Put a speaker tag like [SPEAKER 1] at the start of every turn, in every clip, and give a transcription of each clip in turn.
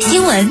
[SPEAKER 1] 新闻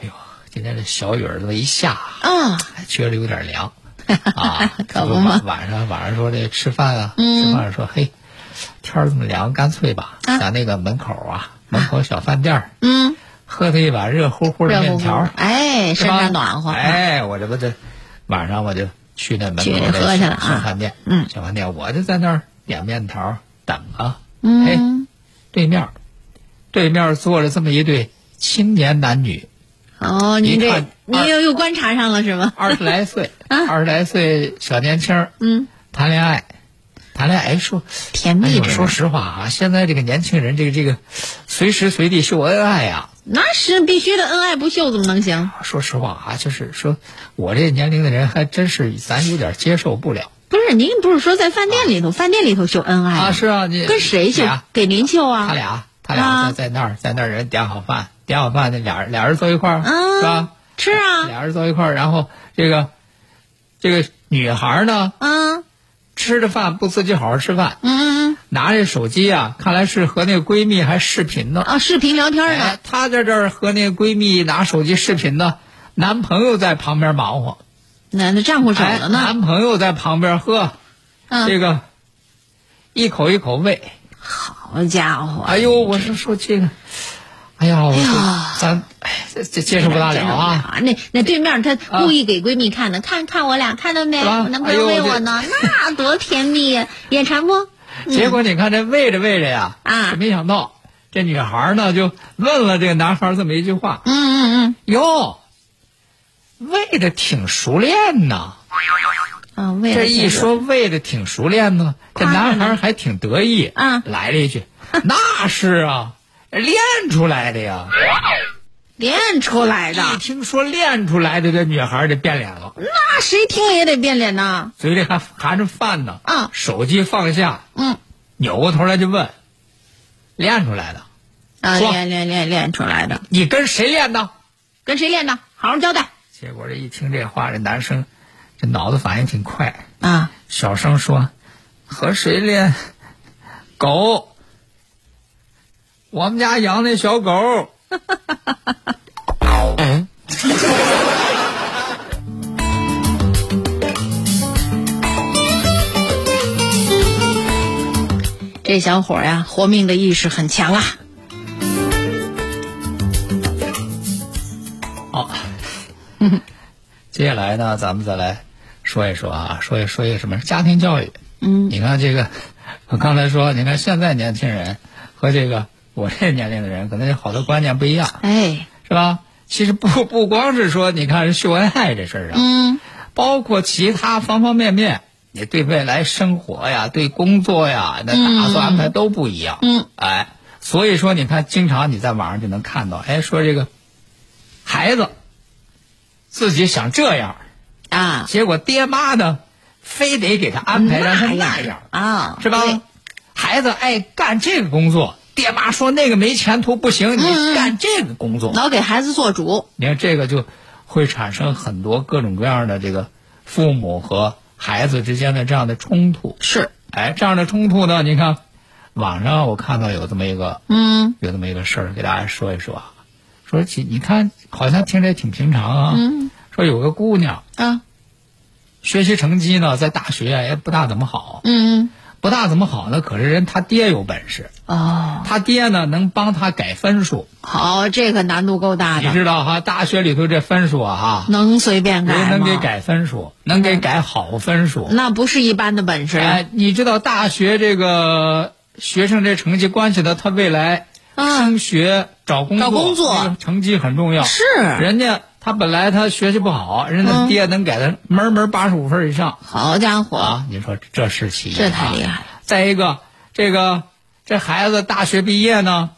[SPEAKER 2] 哎呦，今天这小雨儿这么一下，
[SPEAKER 3] 啊、
[SPEAKER 2] 还觉着有点 凉啊，
[SPEAKER 3] 可不嘛
[SPEAKER 2] 晚晚上晚上说这吃饭啊，
[SPEAKER 3] 嗯
[SPEAKER 2] 吃饭说嘿，天儿这么凉，干脆吧，
[SPEAKER 3] 啊
[SPEAKER 2] 咱那个门口啊，门口小饭店儿、
[SPEAKER 3] 嗯，
[SPEAKER 2] 喝他一碗热乎乎的
[SPEAKER 3] 热
[SPEAKER 2] 面
[SPEAKER 3] 乎乎
[SPEAKER 2] 条儿，，
[SPEAKER 3] 哎，
[SPEAKER 2] 是
[SPEAKER 3] 身
[SPEAKER 2] 吧
[SPEAKER 3] 上暖和。
[SPEAKER 2] 哎，我这不这晚上我就去那门口
[SPEAKER 3] 去
[SPEAKER 2] 那
[SPEAKER 3] 喝去了啊
[SPEAKER 2] 小饭店，
[SPEAKER 3] 嗯
[SPEAKER 2] 小饭店，我就在那儿点面条等啊。
[SPEAKER 3] 嗯，
[SPEAKER 2] 对面儿，对面儿坐着这么一对青年男女，
[SPEAKER 3] 哦，您
[SPEAKER 2] 一
[SPEAKER 3] 这
[SPEAKER 2] 哎看
[SPEAKER 3] 您
[SPEAKER 2] 二
[SPEAKER 3] 又又观察上了是吗？
[SPEAKER 2] 二十来岁，
[SPEAKER 3] 啊
[SPEAKER 2] 二十来岁小年轻儿，
[SPEAKER 3] 嗯，
[SPEAKER 2] 谈恋爱，谈恋爱，哎说，
[SPEAKER 3] 甜
[SPEAKER 2] 哎
[SPEAKER 3] 蜜
[SPEAKER 2] 呦，
[SPEAKER 3] 着呢
[SPEAKER 2] 说实话啊，现在这个年轻人，这个这个，随时随地秀恩爱啊呀、
[SPEAKER 3] 那是必须的，恩爱不秀怎么能行？
[SPEAKER 2] 说实话啊，就是说，我这年龄的人还真是咱有点接受不了
[SPEAKER 3] 不是，您不是说在饭店里头，饭店里头秀恩爱吗
[SPEAKER 2] 啊。是啊，你
[SPEAKER 3] 哎跟谁秀
[SPEAKER 2] 你啊？
[SPEAKER 3] 给您秀啊？
[SPEAKER 2] 他俩，他俩
[SPEAKER 3] 啊
[SPEAKER 2] 在在那儿，在那儿人点好饭，点好饭，那俩人俩人坐一块儿，
[SPEAKER 3] 啊
[SPEAKER 2] 是吧？
[SPEAKER 3] 吃啊，
[SPEAKER 2] 俩人坐一块儿，然后这个这个女孩呢，
[SPEAKER 3] 嗯
[SPEAKER 2] 吃着饭不自己好好吃饭，
[SPEAKER 3] 嗯嗯
[SPEAKER 2] 拿着手机啊，看来是和那个闺蜜还视频呢。
[SPEAKER 3] 啊，视频聊天呢
[SPEAKER 2] 哎，她在这儿和那个闺蜜拿手机视频呢，男朋友在旁边忙活，
[SPEAKER 3] 男的占乎手
[SPEAKER 2] 哎，
[SPEAKER 3] 了呢。
[SPEAKER 2] 男朋友在旁边呵，这
[SPEAKER 3] 嗯，
[SPEAKER 2] 个一口一口喂，
[SPEAKER 3] 好家伙，
[SPEAKER 2] 哎呦，我是说这个，哎呀，我
[SPEAKER 3] 哎
[SPEAKER 2] 说
[SPEAKER 3] 呀哎
[SPEAKER 2] 咱哎这这接受不大了啊。！
[SPEAKER 3] 那那对面他故意给闺蜜看的，看看我俩看到没？
[SPEAKER 2] 是吧
[SPEAKER 3] 我男朋友
[SPEAKER 2] 哎
[SPEAKER 3] 喂
[SPEAKER 2] 呦
[SPEAKER 3] 我呢，那多甜蜜呀，眼 馋不？嗯
[SPEAKER 2] 结果你看这喂着喂着呀，
[SPEAKER 3] 啊
[SPEAKER 2] 这没想到这女孩呢就问了这个男孩这么一句话
[SPEAKER 3] 嗯：“嗯
[SPEAKER 2] 哟，喂的挺熟练呐。
[SPEAKER 3] 嗯，啊，”喂了
[SPEAKER 2] 这一说喂的挺熟练呢，这
[SPEAKER 3] 夸他
[SPEAKER 2] 男
[SPEAKER 3] 呢
[SPEAKER 2] 孩还挺得意
[SPEAKER 3] 啊
[SPEAKER 2] 来了一句：“那是啊，练出来的呀。
[SPEAKER 3] 练出来”的
[SPEAKER 2] 一，听说练出来的，这女孩就变脸了，
[SPEAKER 3] 那谁听了也得变脸呐。
[SPEAKER 2] 嘴里还含着饭呢。
[SPEAKER 3] 啊
[SPEAKER 2] 手机放下，
[SPEAKER 3] 嗯，
[SPEAKER 2] 扭过头来就问：“练出来的？
[SPEAKER 3] 啊，
[SPEAKER 2] 说
[SPEAKER 3] 练练练练出来的，
[SPEAKER 2] 你跟谁练的？”
[SPEAKER 3] 跟谁练的？好好交代
[SPEAKER 2] 结果这一听这话，这男生这脑子反应挺快，
[SPEAKER 3] 啊！
[SPEAKER 2] 小声说：“和谁练？狗，我们家养那小狗。哎
[SPEAKER 3] 这小伙儿呀，活命的意识很强啊！”
[SPEAKER 2] 好，接下来呢，咱们再来说一说啊，说一说一个什么家庭教育。
[SPEAKER 3] 嗯，
[SPEAKER 2] 你看这个，我刚才说，你看现在年轻人和这个我这年龄的人，可能有好多观念不一样，
[SPEAKER 3] 哎，
[SPEAKER 2] 是吧？其实不不光是说，你看秀恩爱这事儿啊，
[SPEAKER 3] 嗯，
[SPEAKER 2] 包括其他方方面面，你对未来生活呀、对工作呀、那打算安排都不一样。
[SPEAKER 3] 嗯，
[SPEAKER 2] 哎，所以说你看，经常你在网上就能看到，哎，说这个孩子自己想这样，
[SPEAKER 3] 啊，
[SPEAKER 2] 结果爹妈呢，非得给他安排让他那样，
[SPEAKER 3] 啊，
[SPEAKER 2] 是吧
[SPEAKER 3] 对？
[SPEAKER 2] 孩子爱干这个工作，爹妈说那个没前途，不行，
[SPEAKER 3] 嗯
[SPEAKER 2] 你
[SPEAKER 3] 嗯
[SPEAKER 2] 干这个工作。
[SPEAKER 3] 老给孩子做主，
[SPEAKER 2] 你看这个就会产生很多各种各样的这个父母和孩子之间的这样的冲突。
[SPEAKER 3] 是，
[SPEAKER 2] 哎，这样的冲突呢，你看网上我看到有这么一个
[SPEAKER 3] 嗯
[SPEAKER 2] 有这么一个事儿，给大家说一说啊。说起你看，好像听着也挺平常啊。
[SPEAKER 3] 嗯
[SPEAKER 2] 说有个姑娘
[SPEAKER 3] 啊，
[SPEAKER 2] 啊学习成绩呢，在大学也不大怎么好，
[SPEAKER 3] 嗯嗯
[SPEAKER 2] 不大怎么好呢，可是人他爹有本事，
[SPEAKER 3] 哦，
[SPEAKER 2] 他爹呢能帮他改分数，
[SPEAKER 3] 好，这个难度够大
[SPEAKER 2] 你
[SPEAKER 3] 的，
[SPEAKER 2] 知道哈，大学里头这分数啊哈，
[SPEAKER 3] 能随便改
[SPEAKER 2] 人
[SPEAKER 3] 吗？
[SPEAKER 2] 能给改分数，能给改好分数。
[SPEAKER 3] 那不是一般的本事。
[SPEAKER 2] 嗯
[SPEAKER 3] 啊
[SPEAKER 2] 哎，你知道大学这个学生这成绩关系到他未来
[SPEAKER 3] 嗯
[SPEAKER 2] 升学、找工作、
[SPEAKER 3] 找工作
[SPEAKER 2] 这个成绩很重要。
[SPEAKER 3] 是
[SPEAKER 2] 人家他本来他学习不好，人家
[SPEAKER 3] 嗯
[SPEAKER 2] 爹能给他门门八十五分以上
[SPEAKER 3] 好家伙，
[SPEAKER 2] 啊！你说这是奇迹，
[SPEAKER 3] 这太厉害了。
[SPEAKER 2] 再一个，这个这孩子大学毕业呢，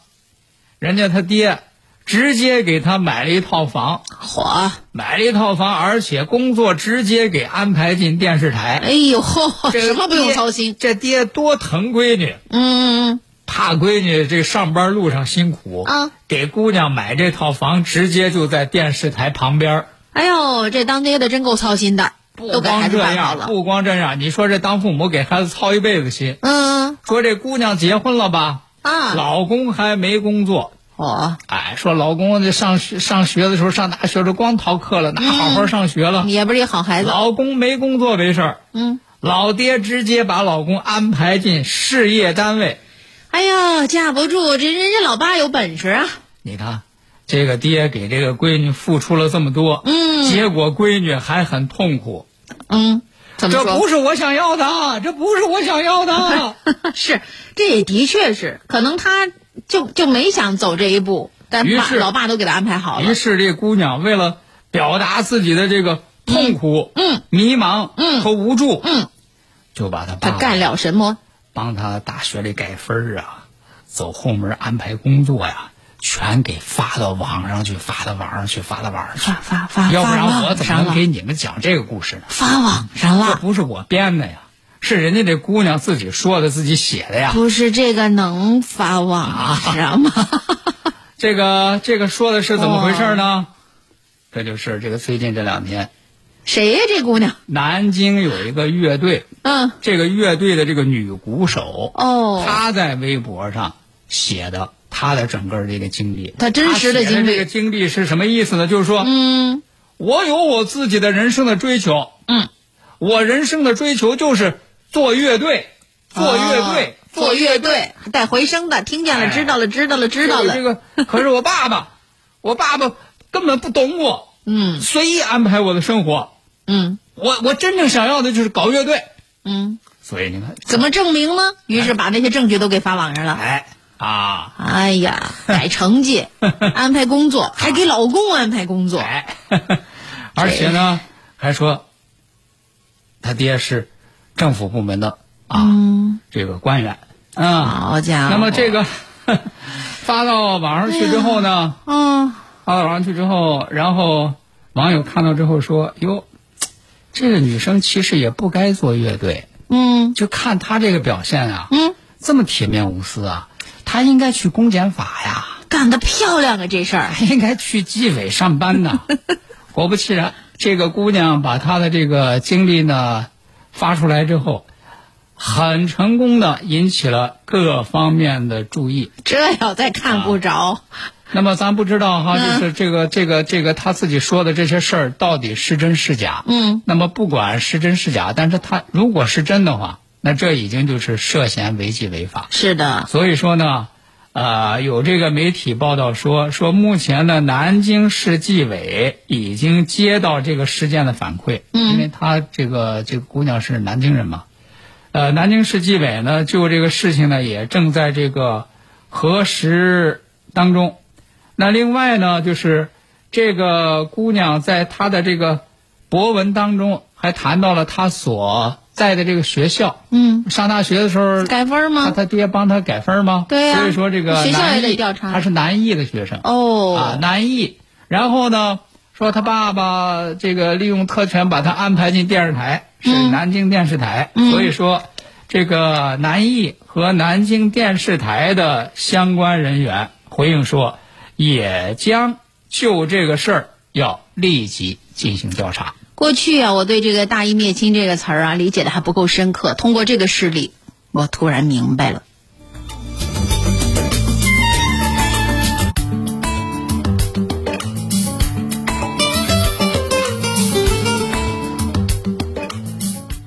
[SPEAKER 2] 人家他爹直接给他买了一套房，
[SPEAKER 3] 火！
[SPEAKER 2] 买了一套房，而且工作直接给安排进电视台。
[SPEAKER 3] 哎 呦，
[SPEAKER 2] 这
[SPEAKER 3] 什么不用操心？
[SPEAKER 2] 爹这爹多疼闺女，
[SPEAKER 3] 嗯，
[SPEAKER 2] 怕闺女这上班路上辛苦
[SPEAKER 3] 啊，
[SPEAKER 2] 给姑娘买这套房，直接就在电视台旁边儿。
[SPEAKER 3] 哎呦，这当爹的真够操心的，
[SPEAKER 2] 不
[SPEAKER 3] 都给孩
[SPEAKER 2] 光
[SPEAKER 3] 子
[SPEAKER 2] 这
[SPEAKER 3] 办好
[SPEAKER 2] 样，
[SPEAKER 3] 了。
[SPEAKER 2] 不光这样，你说这当父母给孩子操一辈子心，
[SPEAKER 3] 嗯
[SPEAKER 2] 说这姑娘结婚了吧，
[SPEAKER 3] 啊，哦
[SPEAKER 2] 老公还没工作，
[SPEAKER 3] 火，
[SPEAKER 2] 哎，说老公这上学上学的时候，上大学的时候光逃课了，哪好
[SPEAKER 3] 嗯
[SPEAKER 2] 好上学了？
[SPEAKER 3] 也不是一好孩子。
[SPEAKER 2] 老公没工作没事儿，
[SPEAKER 3] 嗯，
[SPEAKER 2] 老爹直接把老公安排进事业单位。
[SPEAKER 3] 哎呀，架不住这人家老爸有本事啊。
[SPEAKER 2] 你看，这个爹给这个闺女付出了这么多，
[SPEAKER 3] 嗯
[SPEAKER 2] 结果闺女还很痛苦，
[SPEAKER 3] 嗯，怎么
[SPEAKER 2] 这不
[SPEAKER 3] 说？
[SPEAKER 2] 是我想要的，这不是我想要的。
[SPEAKER 3] 是，这也的确是，可能他就就没想走这一步，但
[SPEAKER 2] 于
[SPEAKER 3] 爸
[SPEAKER 2] 是
[SPEAKER 3] 老爸都给他安排好
[SPEAKER 2] 于
[SPEAKER 3] 了。
[SPEAKER 2] 是这姑娘为了表达自己的这个痛苦、
[SPEAKER 3] 嗯嗯
[SPEAKER 2] 迷茫、
[SPEAKER 3] 嗯
[SPEAKER 2] 和无助，
[SPEAKER 3] 嗯，
[SPEAKER 2] 就把她爸
[SPEAKER 3] 他
[SPEAKER 2] 爸
[SPEAKER 3] 干了什么？
[SPEAKER 2] 帮他大学里改分儿啊，走后门安排工作呀、全给发到网上去，发到网上去，发到网上去。
[SPEAKER 3] 发发发
[SPEAKER 2] 要不然
[SPEAKER 3] 啊发
[SPEAKER 2] 我
[SPEAKER 3] 网
[SPEAKER 2] 怎么
[SPEAKER 3] 上
[SPEAKER 2] 能
[SPEAKER 3] 了，
[SPEAKER 2] 给你们讲这个故事呢？
[SPEAKER 3] 发网上
[SPEAKER 2] 这
[SPEAKER 3] 了。
[SPEAKER 2] 不是我编的呀，是人家这姑娘自己说的，自己写的呀。
[SPEAKER 3] 不是这个能发
[SPEAKER 2] 啊
[SPEAKER 3] 网 上吗？
[SPEAKER 2] 这个这个说的是怎么回事呢？这就是这个最近这两天，
[SPEAKER 3] 谁呀、这姑娘？
[SPEAKER 2] 南京有一个乐队，
[SPEAKER 3] 嗯，
[SPEAKER 2] 这个乐队的这个女鼓手，
[SPEAKER 3] 哦，
[SPEAKER 2] 她在微博上写的她的整个这个经历，
[SPEAKER 3] 她真实的
[SPEAKER 2] 她写
[SPEAKER 3] 经历
[SPEAKER 2] 这个经历是什么意思呢？就是说，
[SPEAKER 3] 嗯
[SPEAKER 2] 我有我自己的人生的追求，
[SPEAKER 3] 嗯，
[SPEAKER 2] 我人生的追求就是做乐队，做乐队，
[SPEAKER 3] 哦做乐队，带回声的，听见了，
[SPEAKER 2] 哎
[SPEAKER 3] 知道了，知道了，知道
[SPEAKER 2] 这
[SPEAKER 3] 了。
[SPEAKER 2] 个这个，可是我爸爸，我爸爸根本不懂我，
[SPEAKER 3] 嗯
[SPEAKER 2] 随意安排我的生活。
[SPEAKER 3] 嗯
[SPEAKER 2] 我我真正想要的就是搞乐队，
[SPEAKER 3] 嗯，
[SPEAKER 2] 所以你看，
[SPEAKER 3] 怎么证明呢？于是把那些证据都给发网上了。
[SPEAKER 2] 哎啊，
[SPEAKER 3] 哎呀，改成 绩，安排工作，还给老公安排工作。
[SPEAKER 2] 哎， 而且呢，还说他爹是政府部门的啊，
[SPEAKER 3] 嗯
[SPEAKER 2] 这个官员啊。
[SPEAKER 3] 好家伙！
[SPEAKER 2] 那么这个 发到网上去之后呢，
[SPEAKER 3] 嗯，
[SPEAKER 2] 发到网上去之后，然后网友看到之后说：“哟，这个女生其实也不该做乐队，
[SPEAKER 3] 嗯
[SPEAKER 2] 就看她这个表现啊，
[SPEAKER 3] 嗯，
[SPEAKER 2] 这么铁面无私啊，她应该去公检法呀。”
[SPEAKER 3] 干得漂亮啊，这事儿。
[SPEAKER 2] 应该去纪委上班 呢。果不其然，这个姑娘把她的这个经历呢发出来之后，很成功的引起了各方面的注意。
[SPEAKER 3] 这要再看不着，
[SPEAKER 2] 那么咱不知道哈，
[SPEAKER 3] 嗯
[SPEAKER 2] 就是这个这个这个她自己说的这些事儿到底是真是假？
[SPEAKER 3] 嗯，
[SPEAKER 2] 那么不管是真是假，但是她如果是真的话，那这已经就是涉嫌违纪违法。
[SPEAKER 3] 是的，
[SPEAKER 2] 所以说呢，呃，有这个媒体报道说，说目前呢，南京市纪委已经接到这个事件的反馈，
[SPEAKER 3] 嗯
[SPEAKER 2] 因为她这个这个姑娘是南京人嘛，呃，南京市纪委呢就这个事情呢也正在这个核实当中。那另外呢，就是这个姑娘在她的这个博文当中还谈到了她所在的这个学校，
[SPEAKER 3] 嗯，
[SPEAKER 2] 上大学的时候
[SPEAKER 3] 改分
[SPEAKER 2] 他
[SPEAKER 3] 吗？
[SPEAKER 2] 他爹帮他改分吗？
[SPEAKER 3] 对呀
[SPEAKER 2] 所以说这个
[SPEAKER 3] 学校也
[SPEAKER 2] 南
[SPEAKER 3] 得
[SPEAKER 2] 艺
[SPEAKER 3] 调查
[SPEAKER 2] 他是南艺的学生、啊，
[SPEAKER 3] 哦，
[SPEAKER 2] 南艺。然后呢，说他爸爸这个利用特权把他安排进电视台，是
[SPEAKER 3] 嗯
[SPEAKER 2] 南京电视台，
[SPEAKER 3] 嗯
[SPEAKER 2] 所以说这个南艺和南京电视台的相关人员回应说，也将就这个事儿要立即进行调查。
[SPEAKER 3] 过去啊，我对这个“大义灭亲”这个词儿啊，理解的还不够深刻。通过这个事例，我突然明白了。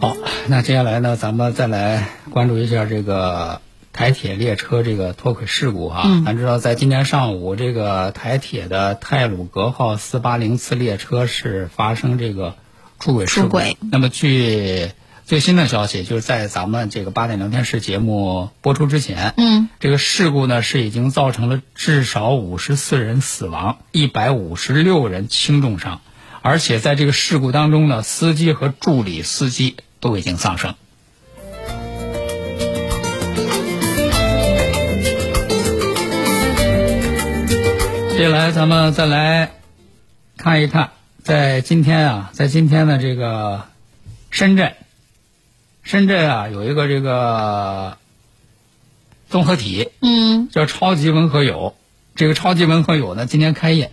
[SPEAKER 2] 好，那接下来呢，咱们再来关注一下这个台铁列车这个脱轨事故啊。
[SPEAKER 3] 嗯
[SPEAKER 2] 咱知道，在今天上午，这个台铁的泰鲁格号四八零次列车是发生这个出轨事故。
[SPEAKER 3] 出轨
[SPEAKER 2] 那么据最新的消息，就是在咱们这个八点聊天室节目播出之前，
[SPEAKER 3] 嗯，
[SPEAKER 2] 这个事故呢是已经造成了至少五十四人死亡，一百五十六人轻重伤，而且在这个事故当中呢，司机和助理司机都已经丧生。接下来咱们再来看一看，在今天啊，在今天的这个深圳，深圳啊有一个这个综合体，
[SPEAKER 3] 嗯，
[SPEAKER 2] 叫超级文和友。这个超级文和友呢，今天开业，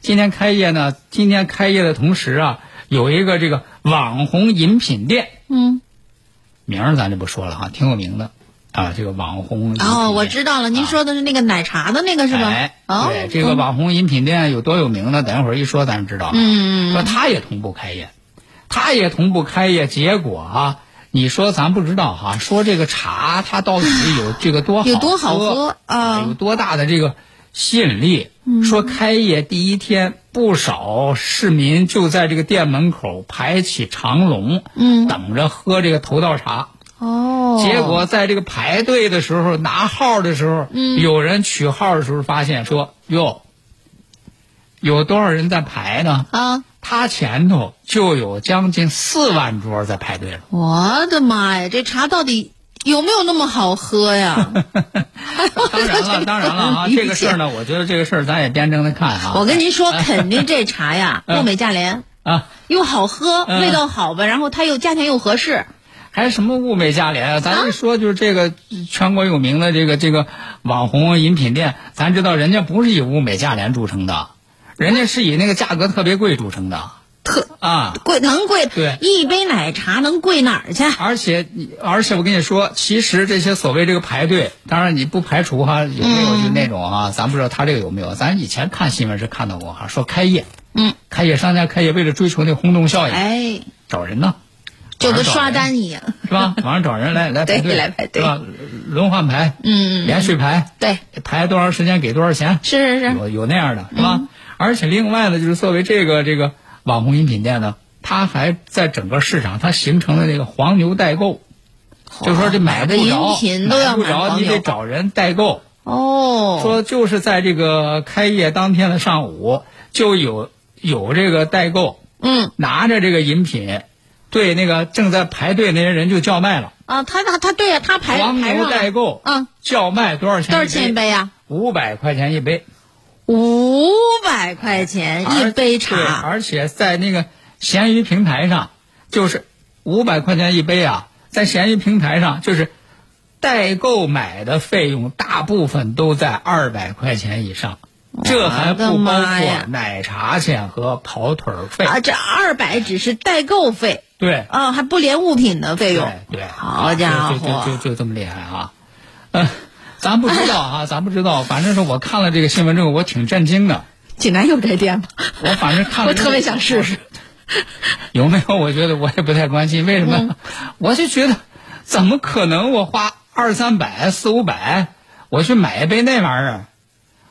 [SPEAKER 2] 今天开业呢，今天开业的同时啊，有一个这个网红饮品店，
[SPEAKER 3] 嗯，
[SPEAKER 2] 名儿咱就不说了哈，挺有名的啊，这个网红饮品店。
[SPEAKER 3] 哦，我知道了，您说的是那个奶茶的那个是吧？
[SPEAKER 2] 哎，
[SPEAKER 3] 哦，
[SPEAKER 2] 对，这个
[SPEAKER 3] 嗯，
[SPEAKER 2] 网红饮品店有多有名呢？等一会儿一说
[SPEAKER 3] 哦
[SPEAKER 2] 咱就知道了。
[SPEAKER 3] 嗯
[SPEAKER 2] 说他也同步开业，他也同步开业，结果啊，你说咱不知道哈、说这个茶它到 底有这个多好
[SPEAKER 3] 有多好
[SPEAKER 2] 喝
[SPEAKER 3] 喝啊嗯
[SPEAKER 2] 有多大的这个吸引力？说开业第一天，不少市民就在这个店门口排起长龙，
[SPEAKER 3] 嗯
[SPEAKER 2] 等着喝这个头道茶。
[SPEAKER 3] 哦，
[SPEAKER 2] 结果在这个排队的时候、拿号的时候，
[SPEAKER 3] 嗯
[SPEAKER 2] 有人取号的时候发现说：“哟，有多少人在排呢？”
[SPEAKER 3] 啊，
[SPEAKER 2] 他前头就有将近四万桌在排 队了。
[SPEAKER 3] 我的妈呀，这茶到底有没有那么好喝 呀？
[SPEAKER 2] 当然了，当然了 啊，这个事儿呢，我觉得这个事儿咱也辩证的看啊。
[SPEAKER 3] 我跟您说，肯定这茶 呀，物美价廉，
[SPEAKER 2] 啊，
[SPEAKER 3] 又好喝，
[SPEAKER 2] 嗯
[SPEAKER 3] 味道好吧，然后它又价钱又合适。
[SPEAKER 2] 还什么物美价廉啊？咱一说就是这个全国有名的这个这个网红饮品店，咱知道人家不是以物美价廉著称的，人家是以那个价格特别贵著称的
[SPEAKER 3] 特
[SPEAKER 2] 啊。
[SPEAKER 3] 贵能贵，
[SPEAKER 2] 对哎
[SPEAKER 3] 一杯奶茶能贵哪儿去？
[SPEAKER 2] 而且你，而且我跟你说，其实这些所谓这个排队，当然你不排除哈、有没有就那种啊，
[SPEAKER 3] 嗯
[SPEAKER 2] 咱不知道他这个有没有。咱以前看新闻是看到过哈、说开业，
[SPEAKER 3] 嗯，
[SPEAKER 2] 开业商家开业为了追求那轰动效应，
[SPEAKER 3] 哎，
[SPEAKER 2] 找人呢，
[SPEAKER 3] 就
[SPEAKER 2] 网上
[SPEAKER 3] 跟
[SPEAKER 2] 找
[SPEAKER 3] 刷
[SPEAKER 2] 人
[SPEAKER 3] 单一样。
[SPEAKER 2] 是 吧？网上找人来来排
[SPEAKER 3] 对
[SPEAKER 2] 队，
[SPEAKER 3] 来排队
[SPEAKER 2] 是吧？轮换排，
[SPEAKER 3] 嗯，
[SPEAKER 2] 连续排，
[SPEAKER 3] 对，
[SPEAKER 2] 排多长时间给多少钱，
[SPEAKER 3] 是是嗯是，
[SPEAKER 2] 有有那样的是吧？而且另外呢，就是作为这个这个网红饮品店呢，它还在整个市场它形成了这个黄牛代购。就说这买
[SPEAKER 3] 个
[SPEAKER 2] 不
[SPEAKER 3] 饮
[SPEAKER 2] 着，
[SPEAKER 3] 品都
[SPEAKER 2] 买
[SPEAKER 3] 要
[SPEAKER 2] 不
[SPEAKER 3] 买
[SPEAKER 2] 着，
[SPEAKER 3] 黄
[SPEAKER 2] 你得
[SPEAKER 3] 牛。
[SPEAKER 2] 找人代购。
[SPEAKER 3] 哦，
[SPEAKER 2] 说就是在这个开业当天的上午，就有有这个代购
[SPEAKER 3] 嗯
[SPEAKER 2] 拿着这个饮品，对那个正在排队那些人就叫卖了。
[SPEAKER 3] 啊，他他他对呀、他排
[SPEAKER 2] 黄
[SPEAKER 3] 排
[SPEAKER 2] 牛
[SPEAKER 3] 上
[SPEAKER 2] 代
[SPEAKER 3] 了
[SPEAKER 2] 购，
[SPEAKER 3] 嗯，
[SPEAKER 2] 叫卖多少钱？
[SPEAKER 3] 多少钱一？杯呀、
[SPEAKER 2] 五百块钱一杯，
[SPEAKER 3] 五百块钱
[SPEAKER 2] 而
[SPEAKER 3] 哎一杯
[SPEAKER 2] 对
[SPEAKER 3] 茶，
[SPEAKER 2] 而且在那个闲鱼平台上，就是五百块钱一杯啊，在闲鱼平台上就是代购买的费用，大部分都在二百块钱以上，这还
[SPEAKER 3] 我的
[SPEAKER 2] 不包
[SPEAKER 3] 妈呀
[SPEAKER 2] 括奶茶钱和跑腿儿费。
[SPEAKER 3] 啊，这二百只是代购费
[SPEAKER 2] 对，
[SPEAKER 3] 啊，还不连物品的费
[SPEAKER 2] 对
[SPEAKER 3] 用。
[SPEAKER 2] 对，
[SPEAKER 3] 哎好家
[SPEAKER 2] 就就就
[SPEAKER 3] 伙，
[SPEAKER 2] 就就这么厉害啊！呃，咱不知道啊，咱不知道，反正是我看了这个新闻之后，我挺震惊的。
[SPEAKER 3] 济南有这店吗？
[SPEAKER 2] 我反正看了
[SPEAKER 3] 我
[SPEAKER 2] 这个，
[SPEAKER 3] 特别想试试。
[SPEAKER 2] 有没有？我觉得我也不太关心，为什么？
[SPEAKER 3] 嗯
[SPEAKER 2] 我就觉得，怎么可能我花二三百、四五百，我去买一杯那玩意儿？啊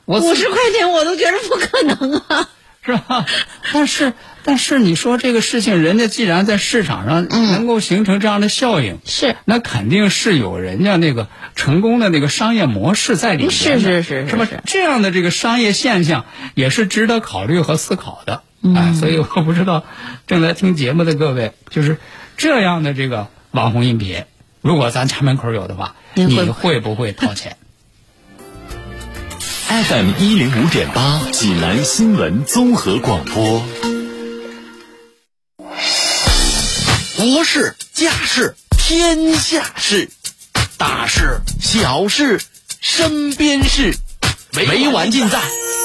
[SPEAKER 2] 我
[SPEAKER 3] 五
[SPEAKER 2] 自
[SPEAKER 3] 十块钱我都觉得不可能啊！
[SPEAKER 2] 是吧？但是，但是你说这个事情，人家既然在市场上
[SPEAKER 3] 嗯
[SPEAKER 2] 能够形成这样的效应，
[SPEAKER 3] 是
[SPEAKER 2] 那肯定是有人家那个成功的那个商业模式在里面的，
[SPEAKER 3] 是是是是
[SPEAKER 2] 是吧
[SPEAKER 3] 是？
[SPEAKER 2] 这样的这个商业现象也是值得考虑和思考的，
[SPEAKER 3] 嗯
[SPEAKER 2] 哎，所以我不知道正在听节目的各位，就是这样的这个网红饮品，如果咱家门口有的话，
[SPEAKER 3] 您会
[SPEAKER 2] 你
[SPEAKER 3] 不
[SPEAKER 2] 会不会 掏钱？
[SPEAKER 4] FM 一零五点八，济南新闻综合广播。国事、家事、天下事，大事、小事、身边事，每晚尽在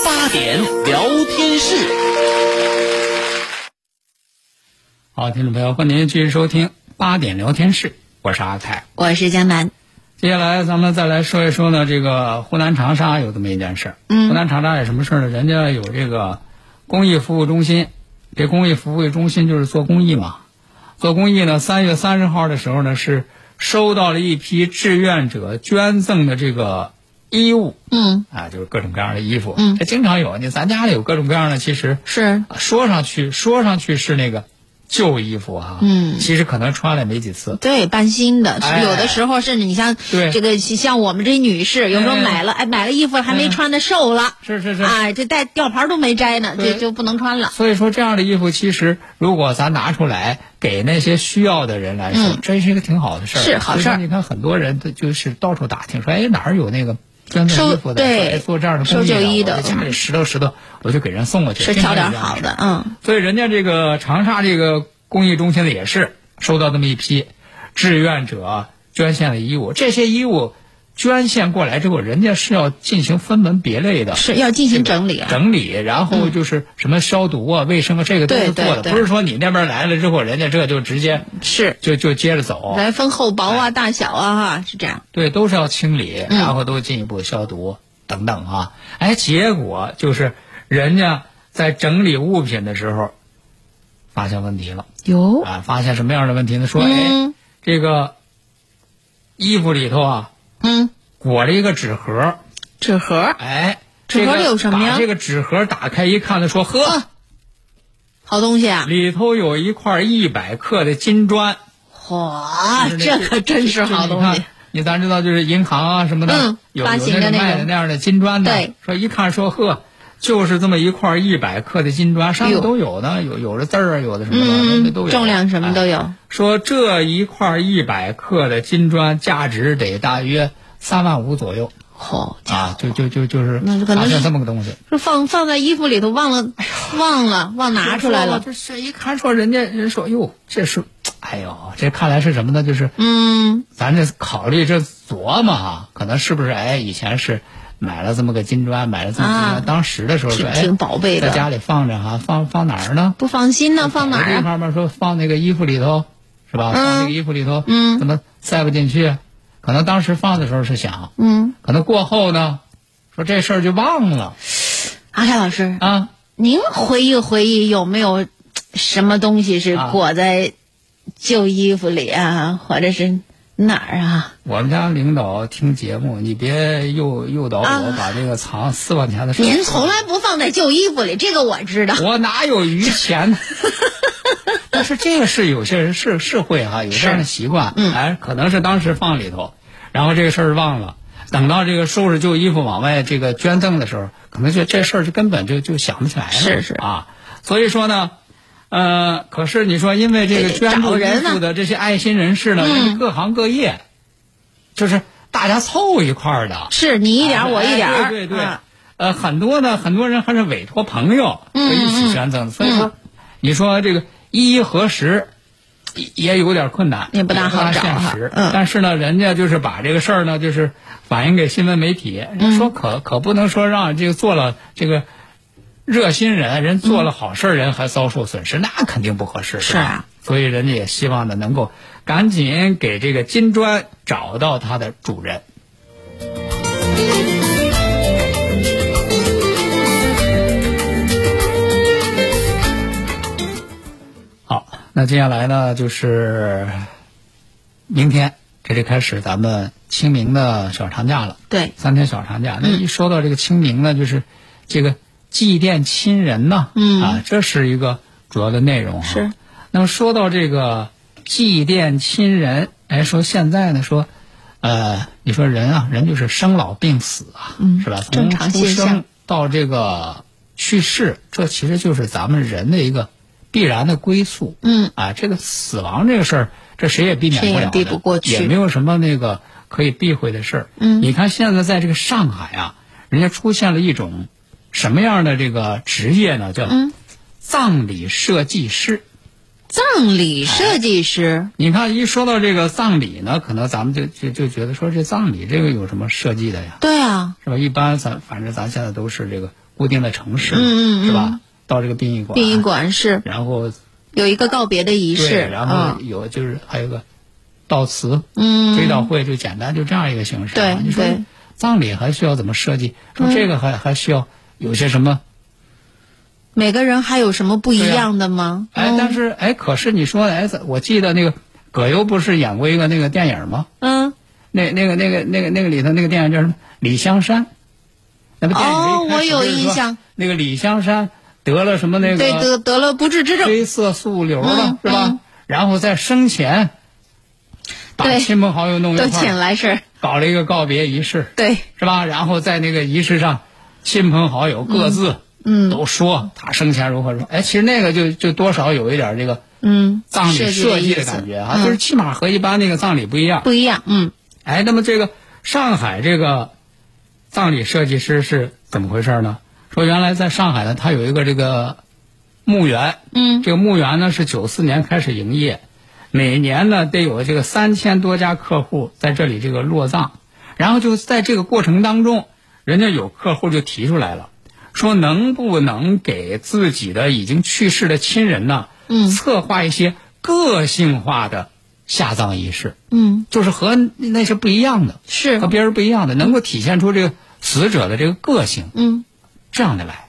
[SPEAKER 4] 八点聊天室。
[SPEAKER 2] 好，听众朋友，欢迎您继续收听八点聊天室，我是阿凯。
[SPEAKER 3] 我是江南，
[SPEAKER 2] 接下来咱们再来说一说呢，这个湖南长沙有这么一件事儿。
[SPEAKER 3] 嗯
[SPEAKER 2] 湖南长沙有什么事儿呢？人家有这个公益服务中心，这公益服务中心就是做公益嘛。做公益呢，三月三十号的时候呢是收到了一批志愿者捐赠的这个衣物
[SPEAKER 3] 嗯，
[SPEAKER 2] 啊，就是各种各样的衣服，
[SPEAKER 3] 嗯
[SPEAKER 2] 这经常有。你咱家里有各种各样的，其实
[SPEAKER 3] 是，
[SPEAKER 2] 啊说上去说上去是那个旧衣服啊，
[SPEAKER 3] 嗯
[SPEAKER 2] 其实可能穿了也没几次，
[SPEAKER 3] 对，半新的，
[SPEAKER 2] 哎
[SPEAKER 3] 有的时候甚至你像
[SPEAKER 2] 对
[SPEAKER 3] 这个像我们这女士，有时候
[SPEAKER 2] 哎
[SPEAKER 3] 买了哎买了衣服还没
[SPEAKER 2] 嗯
[SPEAKER 3] 穿的瘦了，
[SPEAKER 2] 是是是
[SPEAKER 3] 啊，这带吊牌都没摘呢，
[SPEAKER 2] 对
[SPEAKER 3] 这就不能穿了。
[SPEAKER 2] 所以说，这样的衣服其实如果咱拿出来给那些需要的人来说，
[SPEAKER 3] 嗯
[SPEAKER 2] 真是一个挺好的事儿。
[SPEAKER 3] 是好事儿
[SPEAKER 2] 所以说你看，很多人他就是到处打听说，哎，哪儿有那个捐赠衣服的，
[SPEAKER 3] 收对
[SPEAKER 2] 说哎做这样的
[SPEAKER 3] 收
[SPEAKER 2] 公益
[SPEAKER 3] 旧衣的嗯
[SPEAKER 2] 我在家里拾掇拾掇，我就给人送过去，
[SPEAKER 3] 是
[SPEAKER 2] 经常
[SPEAKER 3] 挑
[SPEAKER 2] 有
[SPEAKER 3] 点
[SPEAKER 2] 这样
[SPEAKER 3] 好
[SPEAKER 2] 事儿
[SPEAKER 3] 的，。嗯，
[SPEAKER 2] 所以人家这个长沙这个公益中心呢，也是收到这么一批志愿者捐献的衣物，这些衣物捐献过来之后，人家是要进行分门别类的，
[SPEAKER 3] 是要进行整理啊。
[SPEAKER 2] 整理，然后就是什么消毒啊、卫生啊，这个都是
[SPEAKER 3] 对对
[SPEAKER 2] 做的，
[SPEAKER 3] 对嗯
[SPEAKER 2] 不是说你那边来了之后，人家这就直接
[SPEAKER 3] 是，
[SPEAKER 2] 就就接着走，
[SPEAKER 3] 来分厚薄
[SPEAKER 2] 哎
[SPEAKER 3] 啊、大小啊，哈，是这样。
[SPEAKER 2] 对，都是要清理，
[SPEAKER 3] 嗯
[SPEAKER 2] 然后都进一步消毒等等啊。哎，结果就是人家在整理物品的时候发现问题了
[SPEAKER 3] 哟，
[SPEAKER 2] 啊，发现什么样的问题呢？说哎
[SPEAKER 3] 嗯，
[SPEAKER 2] 这个衣服里头啊
[SPEAKER 3] 嗯，
[SPEAKER 2] 裹着一个纸盒，
[SPEAKER 3] 纸盒，
[SPEAKER 2] 哎，
[SPEAKER 3] 纸盒
[SPEAKER 2] 这个
[SPEAKER 3] 里有什么呀
[SPEAKER 2] 把这个纸盒打开一看呢，说呵。
[SPEAKER 3] 啊好东西啊！
[SPEAKER 2] 里头有一块一百克的金砖，
[SPEAKER 3] 嚯，
[SPEAKER 2] 就是那
[SPEAKER 3] 这可真是好东
[SPEAKER 2] 就是你
[SPEAKER 3] 西
[SPEAKER 2] 看。你咱知道，就是银行啊什么的，
[SPEAKER 3] 嗯
[SPEAKER 2] 有
[SPEAKER 3] 发
[SPEAKER 2] 有
[SPEAKER 3] 行的
[SPEAKER 2] 那
[SPEAKER 3] 那
[SPEAKER 2] 种卖
[SPEAKER 3] 种
[SPEAKER 2] 的那样的金砖的，
[SPEAKER 3] 对
[SPEAKER 2] 说一看说呵，就是这么一块一百克的金砖，上
[SPEAKER 3] 哎
[SPEAKER 2] 面
[SPEAKER 3] 呦
[SPEAKER 2] 都有呢，有有的字儿啊，有的什么的，那
[SPEAKER 3] 嗯，
[SPEAKER 2] 都有
[SPEAKER 3] 重量什么都
[SPEAKER 2] 哎
[SPEAKER 3] 有。
[SPEAKER 2] 说这一块一百克的金砖价值得大约三万五左右
[SPEAKER 3] 嚯，
[SPEAKER 2] 啊，就就就就是
[SPEAKER 3] 那可能
[SPEAKER 2] 发现
[SPEAKER 3] 是
[SPEAKER 2] 这么个东西。
[SPEAKER 3] 说放放在衣服里头，忘了，
[SPEAKER 2] 哎
[SPEAKER 3] 忘了，忘拿出来了。
[SPEAKER 2] 就这一看说人家人说哟，这是，哎呦，这看来是什么呢？就是
[SPEAKER 3] 嗯，
[SPEAKER 2] 咱这考虑这琢磨哈，可能是不是哎，以前是买了这么个金砖，买了这么个金砖，
[SPEAKER 3] 啊
[SPEAKER 2] 当时的时候说
[SPEAKER 3] 挺
[SPEAKER 2] 哎，
[SPEAKER 3] 挺宝贝
[SPEAKER 2] 在
[SPEAKER 3] 的，
[SPEAKER 2] 家里放着哈、放放哪儿呢？
[SPEAKER 3] 不放心呢，放哪儿
[SPEAKER 2] 有的地
[SPEAKER 3] 啊？
[SPEAKER 2] 方嘛，说放那个衣服里头，是吧？
[SPEAKER 3] 嗯
[SPEAKER 2] 放那个衣服里头，
[SPEAKER 3] 嗯
[SPEAKER 2] 怎么塞不进去？可能当时放的时候是想，
[SPEAKER 3] 嗯，
[SPEAKER 2] 可能过后呢，说这事儿就忘了
[SPEAKER 3] 阿凯老师，
[SPEAKER 2] 啊。
[SPEAKER 3] 您回忆回忆，有没有什么东西是
[SPEAKER 2] 啊
[SPEAKER 3] 裹在旧衣服里啊，或者是哪儿啊？
[SPEAKER 2] 我们家领导听节目，你别诱诱导我
[SPEAKER 3] 啊
[SPEAKER 2] 把这个藏四万钱的事儿
[SPEAKER 3] 您从来不放在旧衣服里，这个我知道。
[SPEAKER 2] 我哪有余钱 呢？但是这个是有些人是是会哈、有这样的习惯，
[SPEAKER 3] 嗯
[SPEAKER 2] 哎，可能是当时放里头，然后这个事儿忘了，等到这个收拾旧衣服往外这个捐赠的时候，可能就这事儿就根本就就想不起来了，
[SPEAKER 3] 是是
[SPEAKER 2] 啊，所以说呢。呃，可是你说，因为这个
[SPEAKER 3] 得得
[SPEAKER 2] 捐
[SPEAKER 3] 找
[SPEAKER 2] 助衣
[SPEAKER 3] 人啊嗯
[SPEAKER 2] 服的这些爱心人士呢，人家各行各业，就是大家凑一块儿的，
[SPEAKER 3] 是你一点儿，我一点儿，
[SPEAKER 2] 哎对对对、
[SPEAKER 3] 啊
[SPEAKER 2] 呃，很多呢，很多人还是委托朋友
[SPEAKER 3] 嗯
[SPEAKER 2] 就一起捐赠，所以说，你说这个一一核实，也也有点困难，啊
[SPEAKER 3] 也不大好找
[SPEAKER 2] 现
[SPEAKER 3] 哈
[SPEAKER 2] 实。
[SPEAKER 3] 嗯
[SPEAKER 2] 但是呢，人家就是把这个事儿呢，就是反映给新闻媒体，
[SPEAKER 3] 嗯
[SPEAKER 2] 说可可不能说让这个做了这个。热心人，人做了好事儿，人还遭受损失，那肯定不合适。
[SPEAKER 3] 是
[SPEAKER 2] 吧
[SPEAKER 3] 啊
[SPEAKER 2] 所以人家也希望呢，能够赶紧给这个金砖找到它的主人。好，那接下来呢，就是明天这就开始咱们清明的小长假了，
[SPEAKER 3] 对嗯
[SPEAKER 2] 三天小长假。那一说到这个清明呢，就是这个祭奠亲人呢，
[SPEAKER 3] 嗯
[SPEAKER 2] 啊，这是一个主要的内容啊。
[SPEAKER 3] 是。
[SPEAKER 2] 那么说到这个祭奠亲人，哎，说现在呢，说，呃，你说人啊，人就是生老病死啊，
[SPEAKER 3] 嗯
[SPEAKER 2] 是吧？从
[SPEAKER 3] 正常
[SPEAKER 2] 出
[SPEAKER 3] 现象
[SPEAKER 2] 生到这个去世，这其实就是咱们人的一个必然的归宿。
[SPEAKER 3] 嗯
[SPEAKER 2] 啊，这个死亡这个事儿，这谁也避免不了的，
[SPEAKER 3] 谁也避不过去
[SPEAKER 2] 也没有什么那个可以避讳的事儿。
[SPEAKER 3] 嗯
[SPEAKER 2] 你看现在在这个上海啊，人家出现了一种什么样的这个职业呢？叫
[SPEAKER 3] 嗯
[SPEAKER 2] 葬礼设计师。
[SPEAKER 3] 葬礼设计师，
[SPEAKER 2] 你看，一说到这个葬礼呢，可能咱们就就就觉得说这葬礼这个有什么设计的呀，
[SPEAKER 3] 对啊，
[SPEAKER 2] 是吧？一般咱反正咱现在都是这个固定的城市，
[SPEAKER 3] 嗯嗯嗯
[SPEAKER 2] 是吧？到这个殡仪馆，
[SPEAKER 3] 殡仪，馆是
[SPEAKER 2] 然后
[SPEAKER 3] 有一个告别的仪式，
[SPEAKER 2] 对，然后
[SPEAKER 3] 嗯
[SPEAKER 2] 有就是还有个悼词、
[SPEAKER 3] 嗯，
[SPEAKER 2] 追悼会，就简单就这样一个形式。啊
[SPEAKER 3] 对
[SPEAKER 2] 你说
[SPEAKER 3] 对
[SPEAKER 2] 葬礼还需要怎么设计？说
[SPEAKER 3] 嗯
[SPEAKER 2] 这个还、还需要有些什么？
[SPEAKER 3] 每个人还有什么不一样的吗？
[SPEAKER 2] 哎，
[SPEAKER 3] 嗯
[SPEAKER 2] 但是哎，可是你说哎，咱我记得那个葛优不是演过一个那个电影吗？
[SPEAKER 3] 嗯，
[SPEAKER 2] 那那个那个那个那个里头那个电影叫什么？李香山。那部电影
[SPEAKER 3] 哦
[SPEAKER 2] 一开始
[SPEAKER 3] 我
[SPEAKER 2] 就
[SPEAKER 3] 有
[SPEAKER 2] 是说
[SPEAKER 3] 印象。
[SPEAKER 2] 那个李香山得了什么那个
[SPEAKER 3] 嗯对，得得了不治之症，
[SPEAKER 2] 黑色素瘤了
[SPEAKER 3] 嗯，
[SPEAKER 2] 是吧
[SPEAKER 3] 嗯？
[SPEAKER 2] 然后在生前把
[SPEAKER 3] 对
[SPEAKER 2] 亲朋好友弄
[SPEAKER 3] 都
[SPEAKER 2] 一块
[SPEAKER 3] 请
[SPEAKER 2] 儿，
[SPEAKER 3] 来是，
[SPEAKER 2] 搞了一个告别仪式，
[SPEAKER 3] 对，
[SPEAKER 2] 是吧？然后在那个仪式上，亲朋好友各自
[SPEAKER 3] 嗯
[SPEAKER 2] 都说他生前如何如何。哎，其实那个就就多少有一点这个
[SPEAKER 3] 嗯，
[SPEAKER 2] 葬礼设计
[SPEAKER 3] 意
[SPEAKER 2] 的
[SPEAKER 3] 思
[SPEAKER 2] 感觉啊，
[SPEAKER 3] 嗯
[SPEAKER 2] 就是起码和一般那个葬礼不一样。
[SPEAKER 3] 不一样，嗯，
[SPEAKER 2] 哎，那么这个上海这个葬礼设计师是怎么回事呢？说原来在上海呢，它有一个这个墓园，
[SPEAKER 3] 嗯
[SPEAKER 2] 这个墓园呢是九四年开始营业，每年呢得有这个三千多家客户在这里这个落葬，然后就在这个过程当中，人家有客户就提出来了，说能不能给自己的已经去世的亲人呢，
[SPEAKER 3] 嗯
[SPEAKER 2] 策划一些个性化的下葬仪式。
[SPEAKER 3] 嗯，
[SPEAKER 2] 就是和那是不一样的，
[SPEAKER 3] 是
[SPEAKER 2] 和，别人不一样的，能够体现出这个死者的这个个性，
[SPEAKER 3] 嗯
[SPEAKER 2] 这样的来。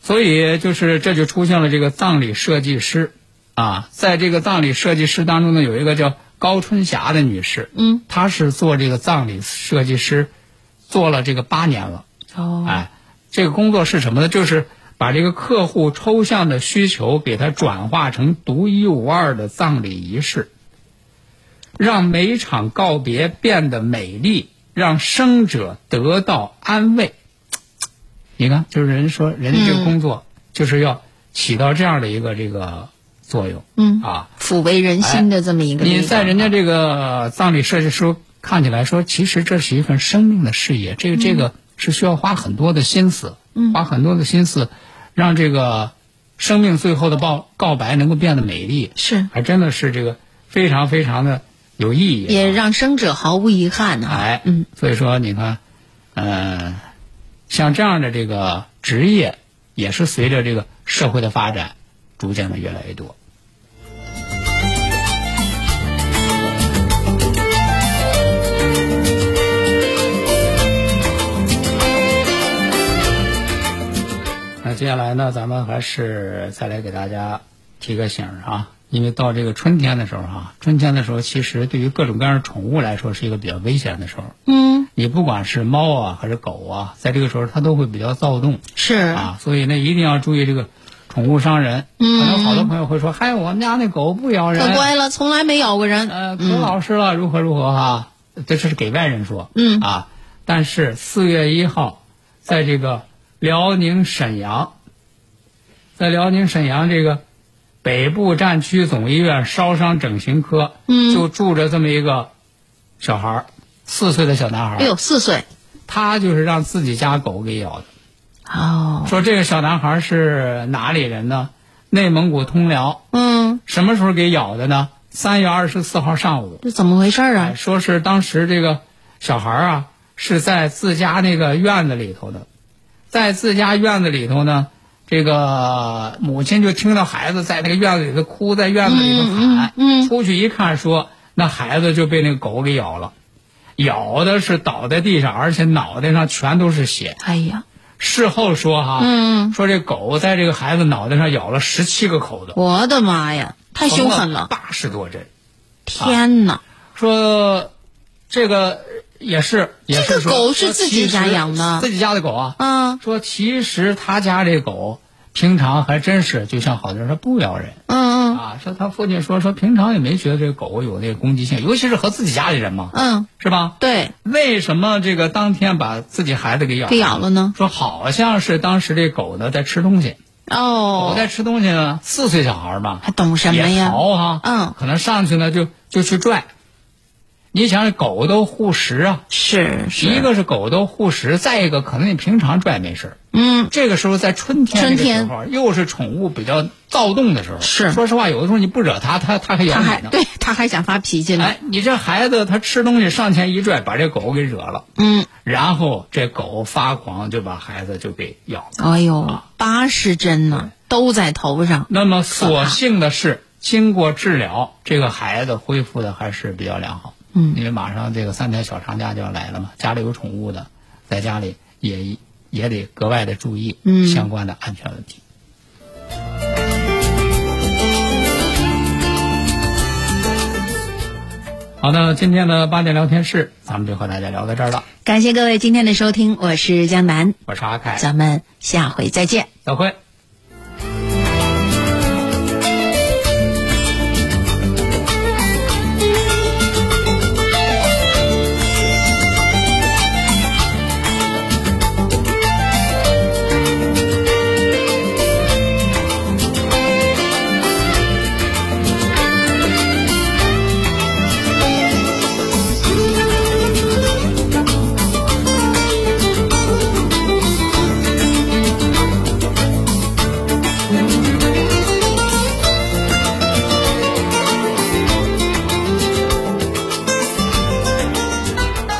[SPEAKER 2] 所以就是这就出现了这个葬礼设计师，啊，在这个葬礼设计师当中呢，有一个叫高春霞的女士，
[SPEAKER 3] 嗯，
[SPEAKER 2] 她是做这个葬礼设计师，做了这个八年了。
[SPEAKER 3] 哦，
[SPEAKER 2] 哎，这个工作是什么呢？就是把这个客户抽象的需求给它转化成独一无二的葬礼仪式，让每一场告别变得美丽，让生者得到安慰。你看，就是人说人家这
[SPEAKER 3] 嗯
[SPEAKER 2] 个工作就是要起到这样的一个这个作用，
[SPEAKER 3] 嗯
[SPEAKER 2] 啊，
[SPEAKER 3] 抚慰人心的这么一个力量，
[SPEAKER 2] 哎你在人家这个葬礼设计师看起来说，其实这是一份生命的事业，这
[SPEAKER 3] 嗯
[SPEAKER 2] 个这个是需要花很多的心思，花很多的心思，让这个生命最后的告告白能够变得美丽，
[SPEAKER 3] 是
[SPEAKER 2] 还真的是这个非常非常的有意义啊，
[SPEAKER 3] 也让生者毫无遗憾呢、
[SPEAKER 2] 哎，
[SPEAKER 3] 嗯，
[SPEAKER 2] 所以说你看，呃，像这样的这个职业，也是随着这个社会的发展，逐渐的越来越多。那接下来呢，咱们还是再来给大家提个醒儿啊，因为到这个春天的时候啊，春天的时候，其实对于各种各样的宠物来说是一个比较危险的时候。
[SPEAKER 3] 嗯，
[SPEAKER 2] 你不管是猫啊还是狗啊，在这个时候它都会比较躁动
[SPEAKER 3] 是，
[SPEAKER 2] 啊，所以呢一定要注意这个宠物伤人。
[SPEAKER 3] 嗯
[SPEAKER 2] 可能好多朋友会说，嗨，我们家那狗不咬人，
[SPEAKER 3] 可乖了，从来没咬过人，
[SPEAKER 2] 呃，可
[SPEAKER 3] 嗯
[SPEAKER 2] 老实了，如何如何哈、这是给外人说，
[SPEAKER 3] 嗯
[SPEAKER 2] 啊，但是四月一号，在这个辽宁沈阳，在辽宁沈阳这个北部战区总医院烧伤整形科，
[SPEAKER 3] 嗯
[SPEAKER 2] 就住着这么一个小孩儿，四岁的小男孩儿，
[SPEAKER 3] 哎呦，四岁，
[SPEAKER 2] 他就是让自己家狗给咬的。
[SPEAKER 3] 哦，
[SPEAKER 2] 说这个小男孩是哪里人呢？内蒙古通辽。
[SPEAKER 3] 嗯，
[SPEAKER 2] 什么时候给咬的呢？三月二十四号上午。
[SPEAKER 3] 这怎么回事儿啊？
[SPEAKER 2] 说是当时这个小孩啊是在自家那个院子里头的，在自家院子里头呢，这个母亲就听到孩子在那个院子里头哭，在院子里头喊，
[SPEAKER 3] 嗯嗯嗯
[SPEAKER 2] 出去一看说那孩子就被那个狗给咬了，咬的是倒在地上，而且脑袋上全都是血。
[SPEAKER 3] 哎呀，
[SPEAKER 2] 事后说哈，
[SPEAKER 3] 嗯
[SPEAKER 2] 说这狗在这个孩子脑袋上咬了十七个口子，
[SPEAKER 3] 我的妈呀，太凶狠了，
[SPEAKER 2] 八十多针。
[SPEAKER 3] 天哪！
[SPEAKER 2] 说这个也是，也是
[SPEAKER 3] 这个
[SPEAKER 2] 说
[SPEAKER 3] 狗是自己家
[SPEAKER 2] 说其实
[SPEAKER 3] 养的
[SPEAKER 2] 自己家的狗啊。
[SPEAKER 3] 嗯
[SPEAKER 2] 说其实他家这狗平常还真是，就像好多人说不咬人
[SPEAKER 3] 嗯嗯
[SPEAKER 2] 啊。说他父亲说说平常也没觉得这狗有那个攻击性，尤其是和自己家里人嘛，
[SPEAKER 3] 嗯，
[SPEAKER 2] 是吧？
[SPEAKER 3] 对，
[SPEAKER 2] 为什么这个当天把自己孩子给咬
[SPEAKER 3] 被咬了呢？
[SPEAKER 2] 说好像是当时这狗呢在吃东西，狗
[SPEAKER 3] 哦，
[SPEAKER 2] 在吃东西呢，四岁小孩嘛，
[SPEAKER 3] 还懂什么
[SPEAKER 2] 也
[SPEAKER 3] 呀？
[SPEAKER 2] 逃哈、
[SPEAKER 3] 嗯
[SPEAKER 2] 可能上去呢就就去拽。你想，狗都护食啊，
[SPEAKER 3] 是是，
[SPEAKER 2] 一个是狗都护食，再一个可能你平常拽没事儿
[SPEAKER 3] 嗯，
[SPEAKER 2] 这个时候在春天这个
[SPEAKER 3] 春
[SPEAKER 2] 时
[SPEAKER 3] 天
[SPEAKER 2] 候，啊又是宠物比较躁动的时候。
[SPEAKER 3] 是
[SPEAKER 2] 说实话，有的时候你不惹它，它它还咬
[SPEAKER 3] 他还
[SPEAKER 2] 你呢。
[SPEAKER 3] 对他还想发脾气呢
[SPEAKER 2] 哎，，你这孩子他吃东西上前一拽，把这狗给惹了，
[SPEAKER 3] 嗯，
[SPEAKER 2] 然后这狗发狂就把孩子就给咬了。
[SPEAKER 3] 哎呦，八十针呢，都在头上，
[SPEAKER 2] 那么所幸的是，经过治疗，这个孩子恢复的还是比较良好。
[SPEAKER 3] 嗯
[SPEAKER 2] 因为马上这个三天小长假就要来了嘛，家里有宠物的，在家里也也得格外的注意
[SPEAKER 3] 嗯
[SPEAKER 2] 相关的安全问题。好的，今天的八点聊天室咱们就和大家聊到这儿了。
[SPEAKER 3] 感谢各位今天的收听，我是江南，
[SPEAKER 2] 我是阿凯，
[SPEAKER 3] 咱们下回再见。
[SPEAKER 2] 再会。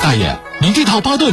[SPEAKER 4] 大爷，您这套八段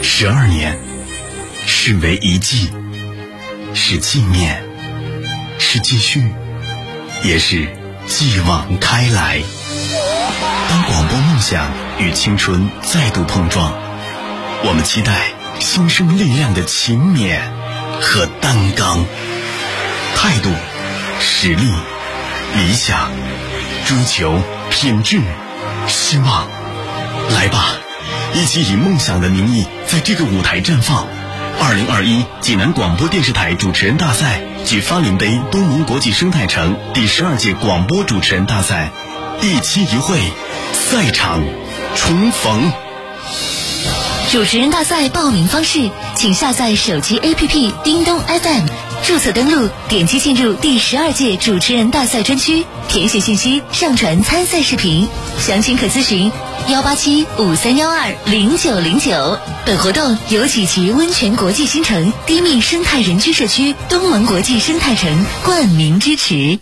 [SPEAKER 5] 十二年，是为一季，是纪念，是继续，也是继往开来。当广播梦想与青春再度碰撞，我们期待新生力量的勤勉和担当，态度、实力、理想，追求品质，希望。来吧，一起以梦想的名义，在这个舞台绽放。二零二一济南广播电视台主持人大赛暨发林杯东宁国际生态城第十二届广播主持人大赛，一期一会，赛场重逢。
[SPEAKER 1] 主持人大赛报名方式，请下载手机 APP 叮咚 FM，注册登录，点击进入第十二届主持人大赛专区，填写信息，上传参赛视频。详情可咨询幺八七五三幺二零九零九。本活动由济吉温泉国际新城低密生态人居社区东盟国际生态城冠名支持。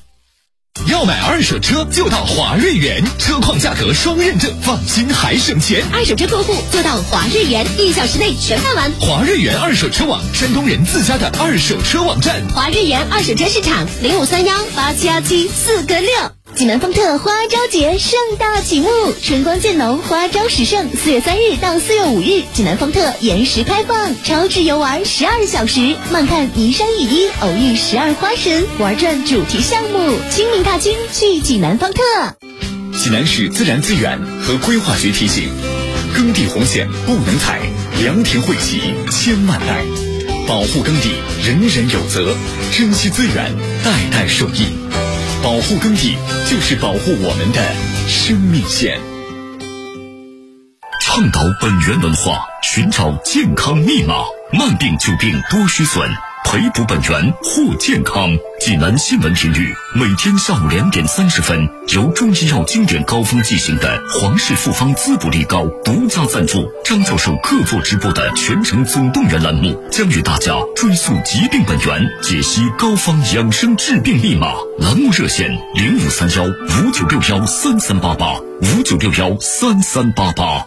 [SPEAKER 5] 要买二手车就到华瑞源，车况价格双认证，放心还省钱。
[SPEAKER 6] 二手车过户做到华瑞源，一小时内全办完。
[SPEAKER 5] 华瑞源二手车网，山东人自家的二手车网站。
[SPEAKER 6] 华瑞源二手车市场零五三幺八七幺七四个六。济南丰特花朝节盛大启幕，春光渐浓，花朝始盛。四月三日到四月五日，济南丰特延时开放，超值游玩十二小时，漫看名山雨衣，偶遇十二花神，玩转主题项目。清明踏青，去济南丰特。
[SPEAKER 5] 济南市自然资源和规划局提醒：耕地红线不能踩，良田惠及千万代。保护耕地，人人有责；珍惜资源，代代受益。保护耕地，就是保护我们的生命线。
[SPEAKER 7] 倡导本源文化，寻找健康密码。慢病久病多虚损，培补本源护健康。济南新闻频率每天下午两点三十分，由中医药经典高方进行的皇氏复方滋补力高独家赞助，张教授客座直播的全程总动员栏目，将与大家追溯疾病本源，解析高方养生治病密码。栏目热线零五三幺五九六幺三三八八五九六幺三三八八。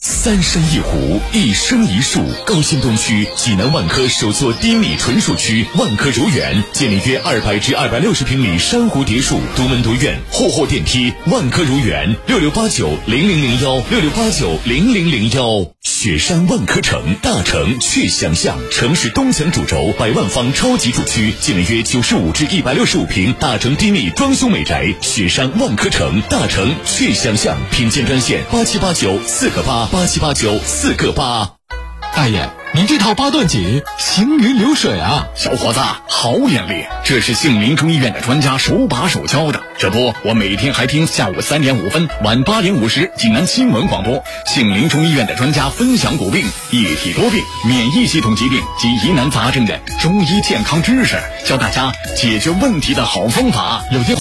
[SPEAKER 5] 三山一湖，一生一树。高新东区济南万科首座低密纯墅区万科柔园，建立约二百至二百六十平米珊瑚别墅，独门独院，户后电梯。万科柔园六六八九零零零幺六六八九零零零幺。雪山万科城，大城去想象。城市东墙主轴，百万方超级住区，建立约九十五至一百六十五平大城低密装修美宅。雪山万科城，大城去想象。品鉴专线八七八九四个八八七八九四个八。
[SPEAKER 4] 大爷，您这套八段锦行云流水啊！
[SPEAKER 7] 小伙子，
[SPEAKER 5] 好眼力，这是杏林中医院的专家手把手教的。这不，我每天还听下午三点五分、晚八点五十济南新闻广播，杏林中医院的专家分享骨病、一体多病、免疫系统疾病及疑难杂症的中医健康知识，教大家解决问题的好方法。有些。